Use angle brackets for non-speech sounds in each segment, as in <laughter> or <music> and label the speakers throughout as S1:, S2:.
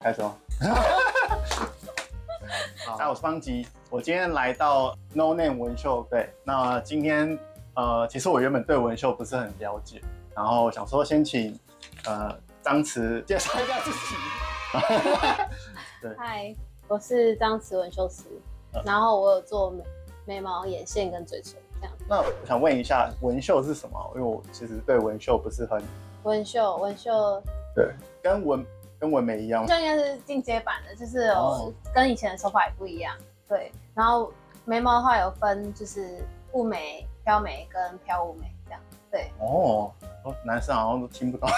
S1: 开始哦。大家好，我是方吉，我今天来到 No Name 文秀。对，那今天呃，其实我原本对文秀不是很了解，然后想说先请呃张弛介绍一下自己。
S2: 嗨，我是张慈文修师，
S1: 嗯
S2: 然后我有做眉眉毛、眼线跟嘴唇这样。
S1: <laughs> 那我想问一下，文秀是什么？因为我其实对文秀不是很
S2: 纹绣，纹绣
S1: 对，跟文跟文美一样
S2: 就。应该是进阶版的，就是
S1: 哦
S2: 有跟以前的手法也不一样。对，然后眉毛的话有分就是雾眉、飘眉跟飘雾眉这样。对，
S1: 哦，哦男生好像都听不懂。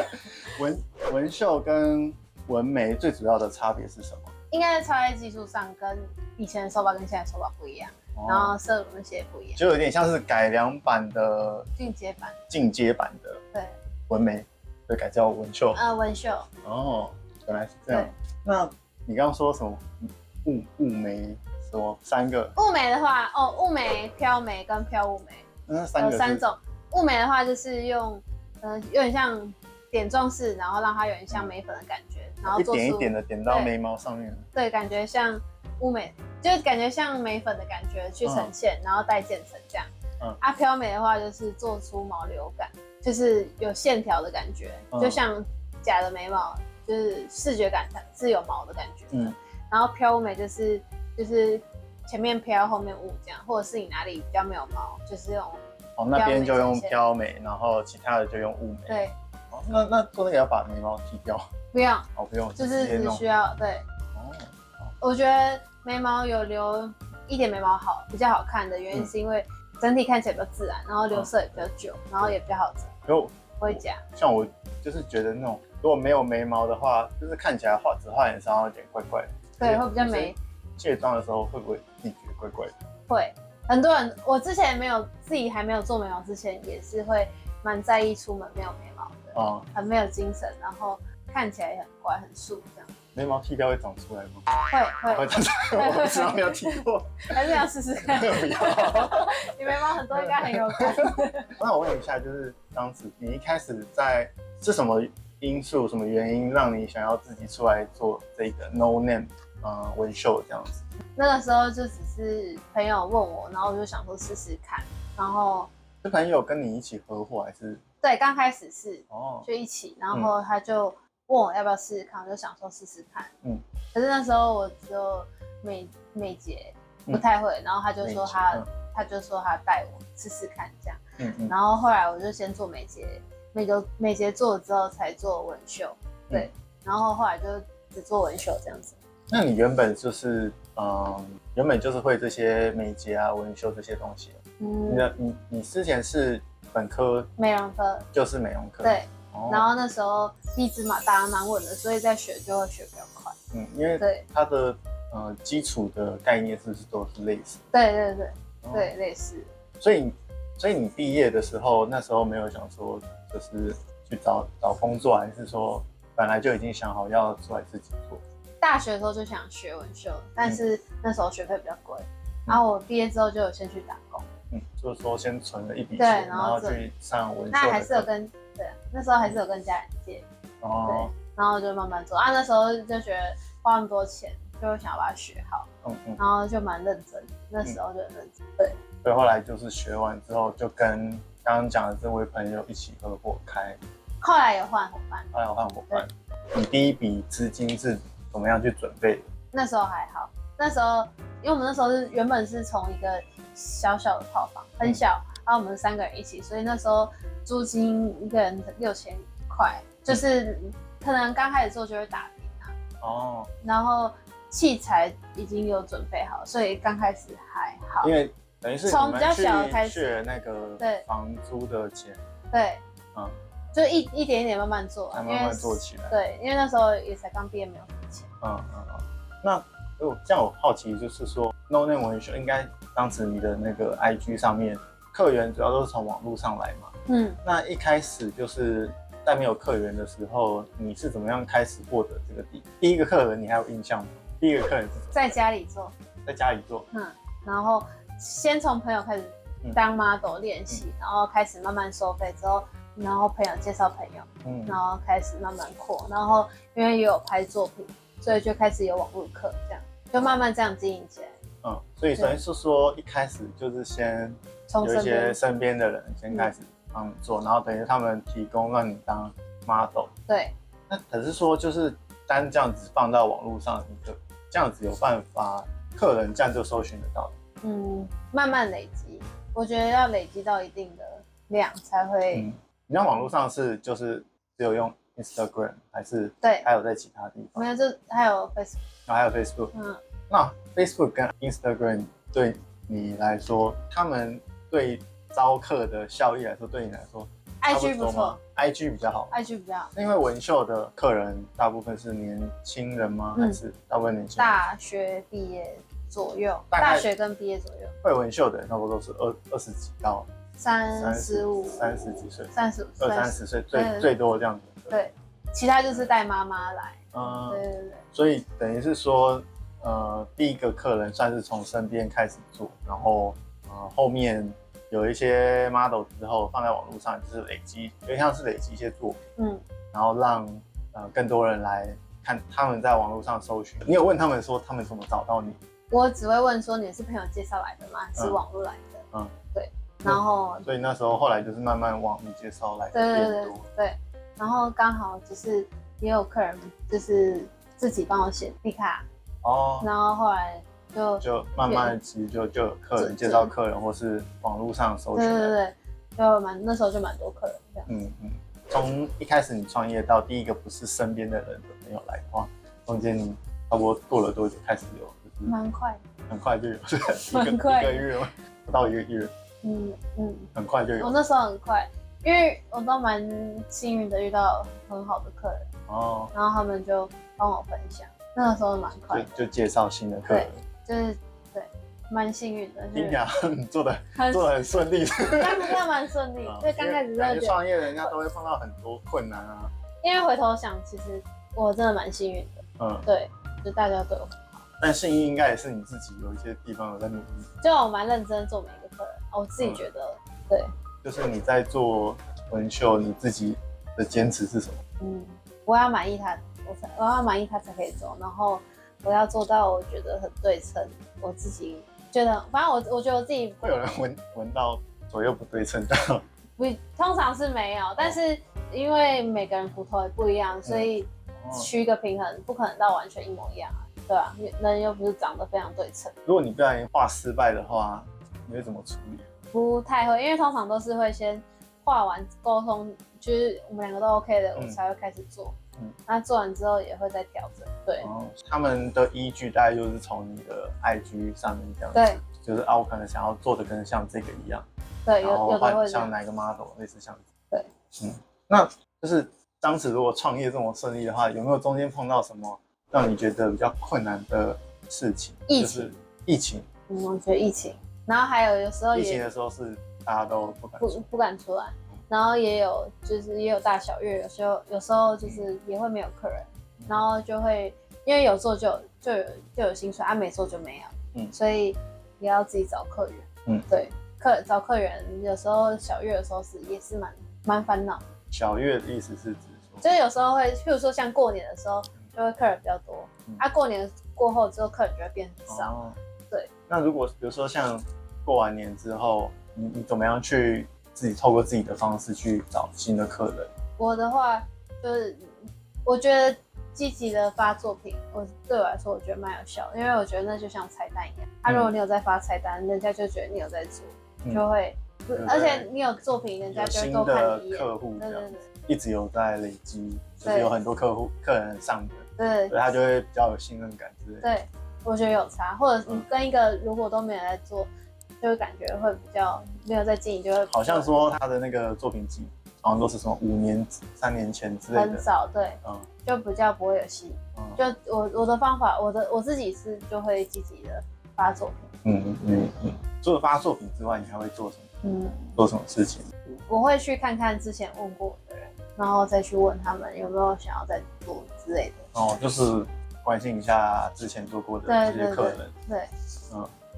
S1: <laughs> 文文秀跟纹眉最主要的差别是什么？
S2: 应该是差在技术上跟以前的手法跟现在的手法不一样，
S1: 哦
S2: 然后色乳那些也不一样，
S1: 就有点像是改良版的
S2: 进阶版。
S1: 进阶版的
S2: 对，
S1: 纹眉，就改叫纹秀。
S2: 呃，纹绣，
S1: 哦，原来是这样
S2: 对。，
S1: 那你刚刚说什么？雾雾眉说三个，
S2: 雾眉的话，哦，雾眉、飘眉跟飘雾眉。
S1: 那嗯三个是
S2: 有哦三种。雾眉的话就是用，呃，有点像点状式，然后让它有点像眉粉的感觉，然后
S1: 一
S2: 做出
S1: 点一点的点到眉毛上面。
S2: 对，感觉像雾眉，就是感觉像眉粉的感觉去呈现，然后带渐层这样。
S1: 嗯
S2: 啊，飘眉的话就是做出毛流感，就是有线条的感觉，
S1: 嗯
S2: 就像假的眉毛，就是视觉感是有毛的感觉。
S1: 嗯
S2: 嗯，然后飘雾眉就是就是前面飘后面雾这样，或者是你哪里比较没有毛，就是用
S1: 哦，那边就用
S2: 飘眉呈现
S1: 飘眉，然后其他的就用雾眉。
S2: 对。
S1: 哦，那那做那个要把眉毛剃掉，
S2: 不用，
S1: 哦，不用，
S2: 就是
S1: 直接
S2: 只
S1: 弄。
S2: 需要对，
S1: 哦，
S2: 我觉得眉毛有留一点眉毛好比较好看的
S1: 嗯
S2: 原因是因为整体看起来比较自然，然后留色也比较久，然后也比较好整，
S1: 就
S2: 不会假。
S1: 像我就是觉得那种如果没有眉毛的话，就是看起来画只画脸上有点怪怪的。
S2: 对，会比较美。。
S1: 卸妆的时候会不会自己觉得怪怪的？
S2: 会很多人，我之前没有自己还没有做眉毛之前，也是会蛮在意出门没有眉毛的，
S1: 啊、
S2: 很没有精神，然后看起来也很怪很素这样。
S1: 眉毛剃掉会长出来吗？
S2: 会
S1: 会
S2: 会，
S1: 长出
S2: <laughs>
S1: 来，我不知道没有剃过， <laughs>
S2: 还是要试试看。
S1: 不要。
S2: 你眉毛很多应该很有感。 <laughs>
S1: 那我问一下，就是当时你一开始在是什么因素、什么原因让你想要自己出来做这个 No Name 呃纹绣这样子？
S2: 那个时候就只是朋友问我，然后我就想说试试看，然后
S1: 是朋友跟你一起合伙还是？
S2: 对，刚开始是
S1: 哦，
S2: 就一起，然后他就问我要不要试试看，我就想说试试看，
S1: 嗯
S2: 嗯，可是那时候我只有美美姐不太会，然后他就说他
S1: 美嗯姐
S2: 他就说他带我试试看这样，
S1: 嗯嗯，
S2: 然后后来我就先做美睫，美睫美睫做了之后才做纹绣，对，
S1: 嗯
S2: 然后后来就只做纹绣这样子。
S1: 那你原本就是嗯，原本就是会这些美睫啊、纹绣这些东西。你
S2: 嗯，
S1: 的你你之前是本科
S2: 美容科
S1: 就是美容科，
S2: 对，
S1: 哦，
S2: 然后那时候一直嘛打得蛮稳的，所以在学就会学比较快。
S1: 嗯，因为
S2: 对
S1: 它的呃基础的概念是不是都是类似？
S2: 对对对
S1: 哦
S2: 对，类似。
S1: 所以所以你毕业的时候，那时候没有想说就是去找找工作，还是说本来就已经想好要出来自己做？
S2: 大学的时候就想学纹绣，但是那时候学费比较贵，然后我毕业之后就有先去打工，
S1: 嗯，就是说先存了一笔
S2: 对
S1: 钱，然
S2: 然后
S1: 后
S2: 这
S1: 去上文
S2: 那
S1: 硕
S2: 还
S1: 的
S2: 是有
S1: 课，
S2: 跟对，那时候还是有跟家人借，
S1: 哦，
S2: 然后就慢慢做啊。那时候就觉得花那么多钱，就想要把它学好，
S1: 嗯嗯，
S2: 然后就蛮认真，那时候就很认真。对
S1: 所以后来就是学完之后，就跟刚刚讲的这位朋友一起合伙开
S2: 后来有换伙伴，
S1: 爱好汉伙伴。你第一笔资金是怎么样去准备的？
S2: 那时候还好，那时候因为我们那时候是原本是从一个小小的套房很小，然后我们三个人一起，所以那时候租金一个人六千块，就是可能刚开始做就会打平啊，
S1: 哦，
S2: 然后器材已经有准备好，所以刚开始还好
S1: 因。为等于是
S2: 从
S1: 你们
S2: 比较小的
S1: 去
S2: 开始
S1: 学那个
S2: 对
S1: 房租的钱，
S2: 对，
S1: 嗯，
S2: 就一一点一点慢慢做啊，
S1: 才
S2: 因
S1: 慢
S2: 为
S1: 慢做起来。
S2: 对，因为那时候也才刚毕业，没有什么钱。
S1: 嗯嗯嗯。那如果这样，我好奇就是说，No Name 文学应该当时你的那个 IG 上面客源主要都是从网络上来嘛？
S2: 嗯，
S1: 那一开始就是在没有客源的时候，你是怎么样开始获得这个第第一个客人？你还有印象吗？第一个客人是什么
S2: 在家里做，
S1: 在家里做？
S2: 嗯，然后
S1: 嗯
S2: 先从朋友开始当 model 练习，然后开始慢慢收费之后，然后朋友介绍朋友，
S1: 嗯
S2: 然后开始慢慢扩，然后因为也有拍作品，所以就开始有网络课，这样就慢慢这样经营起来，
S1: 嗯，所以首先是说一开始就是先
S2: 从
S1: 有一
S2: 身
S1: 些
S2: 边
S1: 身边的人先开始帮你做，然后等于他们提供让你当 model。
S2: 对
S1: 那可是说就是单这样子放到网络上，你就这样子有办法，客人这样就搜寻得到。
S2: 嗯，慢慢累积，我觉得要累积到一定的量才会、
S1: 嗯，你在网络上是就是只有用 Instagram 还是
S2: 对，
S1: 还有在其他地方？
S2: 没有就还有 Facebook，
S1: 然后还有 Facebook。
S2: 嗯，
S1: 那 Facebook 跟 Instagram 对你来说，他们对招客的效益来说，对你来说差
S2: ，IG 不
S1: 多吗
S2: 错
S1: ，IG 比较好。
S2: ，IG 比较
S1: 因为文秀的客人大部分是年轻人吗？
S2: 嗯
S1: 还是大部分年轻人？
S2: 大学毕业左右，
S1: 大概
S2: 大学跟毕业左右，
S1: 会文秀的人差不多都是二二十几到
S2: 三十五、
S1: 三十几岁，
S2: 三十五、
S1: 二三，十岁最
S2: 对
S1: 最多这样子。，
S2: 对，其他就是带妈妈来，
S1: 嗯、
S2: 对对对，
S1: 所以等于是说，呃，第一个客人算是从身边开始做，然后呃后面有一些 model 之后放在网络上，就是累积，有点像是累积一些作品，
S2: 嗯，
S1: 然后让呃更多人来看他们在网络上搜寻。你有问他们说他们怎么找到你？
S2: 我只会问说你是朋友介绍来的吗？还是网络来的？
S1: 嗯，
S2: 对，然后
S1: 所以那时候后来就是慢慢网络介绍来的
S2: 对对
S1: 变
S2: 对
S1: 多，
S2: 对，然后刚好就是也有客人就是自己帮我写地卡，
S1: 哦，
S2: 然后后来就
S1: 就慢慢其实就就有客人介绍客人，或是网络上搜
S2: 对
S1: 寻
S2: 对对
S1: 的。
S2: 对，就蛮那时候就蛮多客人这样，
S1: 嗯嗯，从一开始你创业到第一个不是身边的人的朋友来的话，中间你差不多过了多久开始有？就是
S2: 蛮快的，
S1: 很快就有， <laughs> 一个
S2: 蛮快
S1: 一个月吗不到一个月，
S2: 嗯嗯。
S1: 很快就
S2: 我
S1: 有。
S2: 那时候很快，因为我都蛮幸运的遇到很好的客人，
S1: 哦，
S2: 然后他们就帮我分享，那个时候蛮快
S1: 就
S2: 的，
S1: 就介绍新的客人，
S2: 就是对，蛮幸运的，就
S1: 听起
S2: 是
S1: 来你做
S2: <laughs>
S1: 的
S2: 很
S1: 做的很顺利。
S2: 但是他蛮顺利，就刚开
S1: 因为
S2: 始真
S1: <laughs>
S2: 的
S1: 感觉
S2: 觉得，
S1: 创业，人家都会碰到很多困难啊。
S2: 因为回头想，其实我真的蛮幸运的，
S1: 嗯，
S2: 对，就大家对我，
S1: 但幸运应该也是你自己有一些地方有在努力，
S2: 就我蛮认真做每一个客人，我自己觉得，对，
S1: 就是你在做文秀，你自己的坚持是什么？
S2: 嗯，我要满意他，我才我要满意他才可以走，然后我要做到我觉得很对称，我自己觉得，反正我我觉得我自己
S1: 会有人闻闻到左右不对称的，
S2: 不通常是没有，但是因为每个人骨头也不一样，所以
S1: 哦
S2: 取一个平衡，不可能到完全一模一样啊，对啊，人又不是长得非常对称，
S1: 如果你不小心画失败的话，你会怎么处理？
S2: 不太会，因为通常都是会先画完沟通，就是我们两个都 OK 的，
S1: 嗯
S2: 我才会开始做
S1: 嗯。
S2: 那做完之后也会再调整，对
S1: 然后他们的依据大概就是从你的 IG 上面这样，，
S2: 对
S1: 就是啊，我可能想要做的跟像这个一样，然
S2: 对，有
S1: 后
S2: 有的
S1: 换
S2: 会这样
S1: 哦像。哪个 model 类似像，
S2: 对，
S1: 嗯，那就是当时如果创业这么顺利的话，有没有中间碰到什么让你觉得比较困难的事情？
S2: 疫情
S1: 就是疫情，
S2: 嗯，我觉得疫情，然后还有有时候
S1: 疫情
S2: 也
S1: 的时候是大家都不敢
S2: 不
S1: 出，
S2: 不敢出来，然后也有就是也有大小月，有时候有时候就是也会没有客人，然后就会因为有做就有就有就有薪水，啊没做就没有，
S1: 嗯
S2: 所以也要自己找客源，
S1: 嗯，
S2: 对，客找客源有时候小月有时候是也是蛮蛮烦恼，
S1: 小月的意思是指
S2: 就
S1: 说，
S2: 是有时候会，譬如说像过年的时候就会客人比较多，
S1: 嗯
S2: 啊过年过后之后客人就会变少，
S1: 哦，
S2: 对。
S1: 那如果比如说像过完年之后，你你怎么样去自己透过自己的方式去找新的客人？
S2: 我的话就是，我觉得积极的发作品，我对我来说我觉得蛮有效，因为我觉得那就像菜单一样，啊，
S1: 嗯
S2: 如果你有在发菜单，人家就觉得你有在做，
S1: 嗯
S2: 就会，
S1: 对
S2: 而且你有作品，人家
S1: 有
S2: 就会
S1: 新
S2: 多看
S1: 的
S2: 你一眼。
S1: 客户
S2: 对
S1: 这样
S2: 对，
S1: 一直有在累积，就是
S2: 对
S1: 有很多客户客人上门，所
S2: 对对
S1: 以他就会比较有信任感之类的。
S2: 对，我觉得有差，或者你跟一个如果都没有在做，就会感觉会比较没有在经营，就会
S1: 好像说他的那个作品集好像都是什么五年、三年前之类
S2: 很
S1: 的，
S2: 少，对，
S1: 嗯
S2: 就比较不会有吸引。
S1: 嗯
S2: 就我我的方法，我的我自己是就会积极的发作品。
S1: 嗯嗯嗯。除了发作品之外，你还会做什么？
S2: 嗯，
S1: 做什么事情？
S2: 我会去看看之前问过我的人，然后再去问他们有没有想要再做之类的。
S1: 哦，就是关心一下之前做过的
S2: 对
S1: 这些客人。
S2: 对，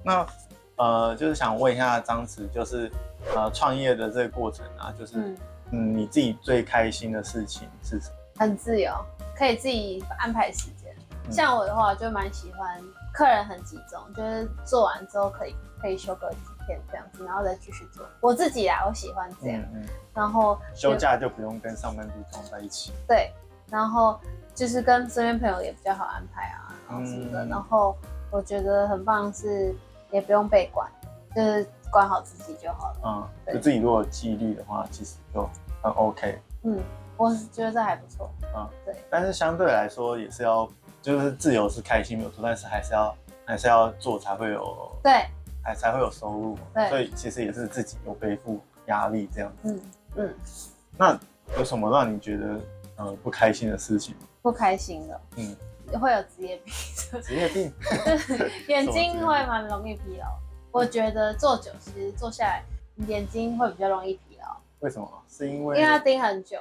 S1: 那呃，就是想问一下张弛，就是呃创业的这个过程啊，就是
S2: 嗯，
S1: 嗯，你自己最开心的事情是什么？
S2: 很自由，可以自己安排时间。
S1: 嗯
S2: 像我的话，我就蛮喜欢客人很集中，就是做完之后可以可以休个几天这样子，然后再继续做。我自己啊，我喜欢这样。
S1: 嗯嗯，
S2: 然后
S1: 休假就不用跟上班族撞在一起。
S2: 对，然后就是跟身边朋友也比较好安排啊，然后什么的。
S1: 嗯
S2: 然后我觉得很棒是也不用被管，就是管好自己就好了。
S1: 嗯，
S2: 对
S1: 就自己如果有纪律的话，其实就很 OK。
S2: 嗯，我是觉得这还不错。
S1: 但是相对来说，也是要就是自由是开心没有错，但是还是要还是要做才会有
S2: 对，
S1: 才才会有收入嘛。
S2: 对
S1: 所以其实也是自己有背负压力这样子。
S2: 嗯嗯，
S1: 那有什么让你觉得呃不开心的事情吗？
S2: 不开心的，
S1: 嗯，
S2: 会有职业病。
S1: 职业病？
S2: <laughs> 眼睛会蛮容易疲劳。我觉得坐久其实坐下来，眼睛会比较容易疲劳，
S1: 为什么？是因
S2: 因
S1: 为
S2: 为它盯很久，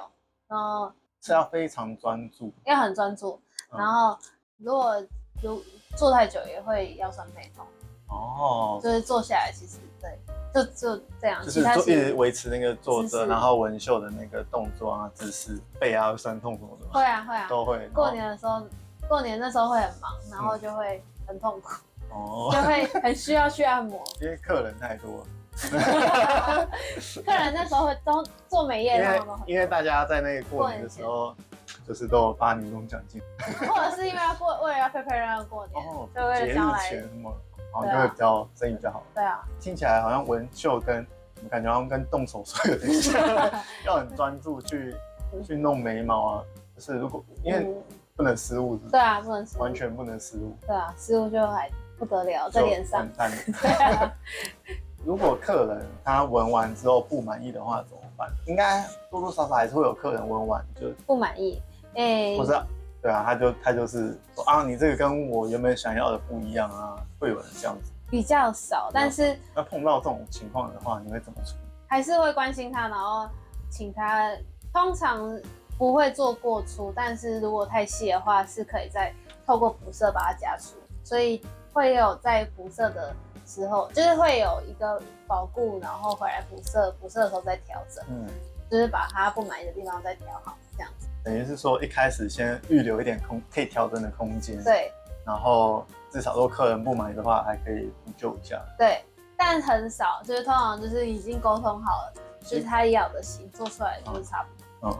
S2: 然后
S1: 是要非常专注。
S2: 要很专注，
S1: 嗯
S2: 然后如果如坐太久也会腰酸背痛，
S1: 哦，
S2: 就是坐下来其实对，就就这样，
S1: 就
S2: 啊其
S1: 是
S2: 他
S1: 坐
S2: 其
S1: 一直
S2: 实
S1: 维持那个坐
S2: 姿
S1: 着，
S2: 势
S1: 然后纹绣的那个动作啊、姿势、背啊、酸痛什么的嘛
S2: 会啊会啊。
S1: 都嗯会。
S2: 过年的时候，过年那时候会很忙，然后就会很痛苦，
S1: 哦，
S2: 就会很需要去
S1: <laughs>
S2: 按摩。
S1: 因为客人太多了，
S2: 客人那时候会都做美
S1: 因
S2: 业，他
S1: 为
S2: 们都很
S1: 因为大家在那个过年的时候，就是都有发年终奖金，
S2: 或者是因为要过，为了要陪陪人过年，
S1: 哦，
S2: 就为
S1: 节
S2: 了
S1: 日
S2: 将来，
S1: 前什么，好
S2: 对
S1: 像
S2: 啊
S1: 就会比较生意比较好。
S2: 对啊，
S1: 听起来好像纹绣跟我感觉好像跟动手术有点
S2: <laughs>
S1: 像，要很专注去去弄眉毛啊，就是如果因为
S2: 嗯、
S1: 不能失误，
S2: 对啊，不能失误
S1: 完，全不能失误。
S2: 对啊，失误就还不得了，在脸上
S1: 就，很淡
S2: 对啊，
S1: 如果客人他闻完之后不满意的话怎么办？应该多多少少还是会有客人闻完就
S2: <laughs> 不满意，哎、
S1: 不是、对啊，他就他就是说啊，你这个跟我原本想要的不一样啊，会有人这样子。
S2: 比较少，但是
S1: 那碰到这种情况的话，你会怎么处理？
S2: 还是会关心他，然后请他，通常不会做过粗，但是如果太细的话，是可以再透过补色把它加粗，所以会有在补色的时候，就是会有一个保固，然后回来补色，补色的时候再调整。
S1: 嗯，
S2: 就是把它不满意的地方再调好，这样子。
S1: 等于是说一开始先预留一点空可以调整的空间，，
S2: 对
S1: 然后至少说客人不满意的话还可以补救一下。
S2: 对，但很少，就是通常就是已经沟通好了，就是他要的型做出来就是差不多，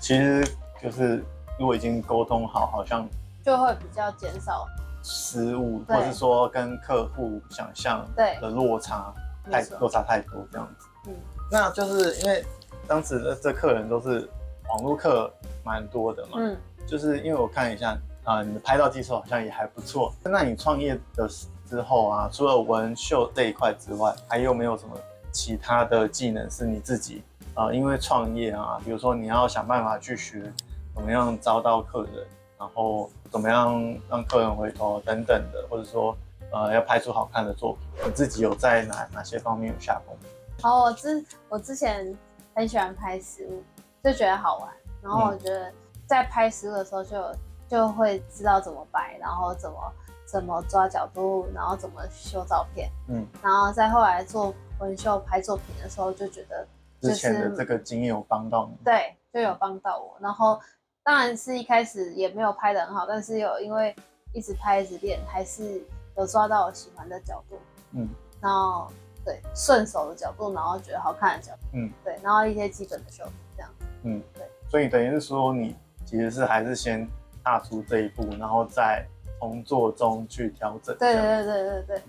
S1: 其实就是如果已经沟通好，好像
S2: 就会比较减少。
S1: 失误，
S2: 对
S1: 或是说跟客户想象
S2: 对，
S1: 的落差太
S2: 没错，
S1: 落差太多这样子。
S2: 嗯，
S1: 那就是因为当时的这客人都是网络客蛮多的嘛，
S2: 嗯，
S1: 就是因为我看一下啊、你的拍照技术好像也还不错。那你创业的之后啊，除了纹绣这一块之外，还有没有什么其他的技能是你自己啊、因为创业啊，比如说你要想办法去学怎么样招到客人，然后怎么样让客人回头等等的，或者说呃要拍出好看的作品，你自己有在哪哪些方面有下功夫？
S2: 好，我之我之前很喜欢拍食物，就觉得好玩，然后我觉得在拍食物的时候就有就会知道怎么摆，然后怎么怎么抓角度，然后怎么修照片，
S1: 嗯，
S2: 然后再后来做文秀拍作品的时候就觉得就
S1: 之
S2: 是
S1: 前的这个经验有帮到你？
S2: 对，就有帮到我。然后当然是一开始也没有拍的很好，但是有因为一直拍一直练，还是有抓到我喜欢的角度，
S1: 嗯，
S2: 然后对顺手的角度，然后觉得好看的角度，
S1: 嗯，
S2: 对，然后一些基本的修图这样。
S1: 所以等于是说，你其实是还是先踏出这一步，然后再从做中去调整。
S2: 对
S1: 这样
S2: 对对对对对，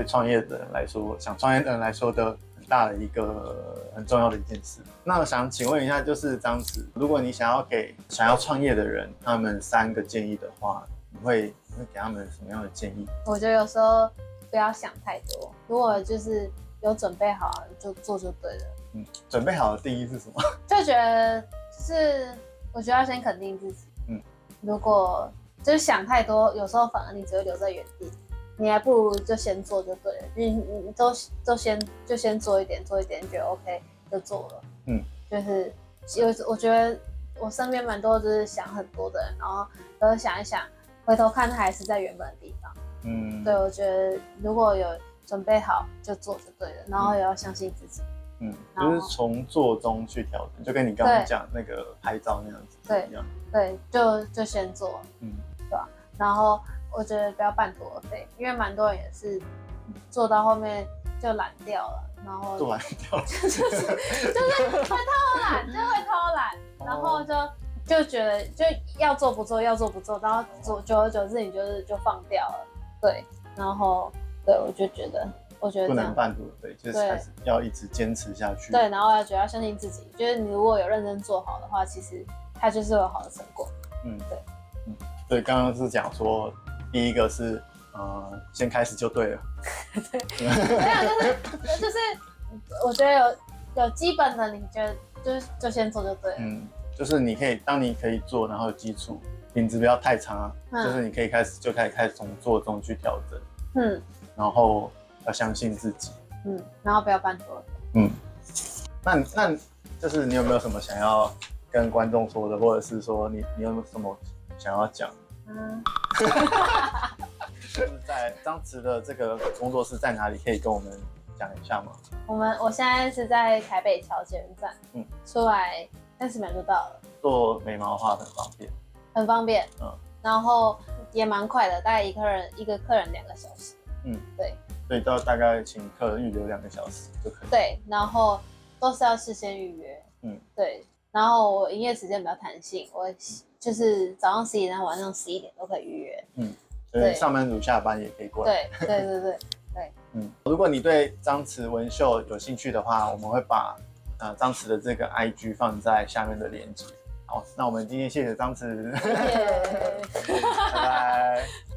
S1: 对创业的人来说，想创业的人来说的很大的一个很重要的一件事。那我想请问一下，就是张子，如果你想要给想要创业的人他们三个建议的话，你会你会给他们什么样的建议？
S2: 我觉得有时候不要想太多，如果就是有准备好啊就做就对了，
S1: 嗯，准备好的第一是什么？
S2: 就觉得就是我觉得要先肯定自己，
S1: 嗯，
S2: 如果就是想太多，有时候反而你只会留在原地，你还不如就先做就对了，你你都都先就先做一点，做一点觉得 OK 就做了，
S1: 嗯，
S2: 就是有我觉得我身边蛮多就是想很多的人，然后然后想一想，回头看他还是在原本的地方，
S1: 嗯，
S2: 对我觉得如果有准备好就做就对了，然后也要相信自己，
S1: 嗯，
S2: 然
S1: 就
S2: 后
S1: 是从做中去调整，就跟你刚刚讲那个拍照那样子
S2: 对
S1: 一样。
S2: 对，就就先做，
S1: 嗯，
S2: 然后我觉得不要半途而废，因为蛮多人也是做到后面就懒掉了，然后
S1: 做完掉了。
S2: 就是就是会偷懒，就会偷懒，然后
S1: 哦
S2: 就就觉得就要做不做，要做不做，然后做久而久之你就是就放掉了，对，然后对我就觉得我觉得
S1: 不
S2: 这
S1: 能
S2: 样。
S1: 半途而废，就是
S2: 对
S1: 还是要一直坚持下去。
S2: 对，然后要觉得要相信自己，就是你如果有认真做好的话，其实它就是会有好的成果。 <laughs>
S1: 嗯，
S2: 对，
S1: 嗯，对，刚刚是讲说，第一个是呃，先开始就对了，
S2: 没有，就是就是，我觉得有有基本的，你觉得就是就先做就对了。
S1: 嗯，就是你可以，当你可以做，然后有基础，品质不要太差，
S2: 嗯
S1: 就是你可以开始就开始开始从做中去调整，
S2: 嗯
S1: 然后要相信自己。
S2: 嗯，然后不要半途而废。
S1: 那那就是你有没有什么想要跟观众说的，或者是说你你有没有什么想要讲？
S2: 嗯，
S1: 就是在张弛的这个工作室在哪里？可以跟我们讲一下吗？
S2: 我们我现在是在台北桥捷运站，
S1: 嗯
S2: 嗯，出来三十秒就到了，
S1: 做眉毛的话很方便，
S2: 很方便，
S1: 嗯
S2: 嗯，然后也蛮快的，大概一个人一个客人两个小时，
S1: 所以到大概请客人预留两个小时就可以。
S2: 对，然后都是要事先预约，
S1: 嗯
S2: 嗯，对，然后我营业时间比较弹性，我就是早上十一点到晚上十一点都可以预约，
S1: 所以
S2: 对
S1: 上班族下班也可以过来。
S2: 对对对 <laughs> 对，
S1: 嗯，如果你对张弛纹绣有兴趣的话，我们会把呃张弛的这个 IG 放在下面的 <laughs> 链接。好，那我们今天谢谢张弛，
S2: 谢谢。
S1: 拜拜。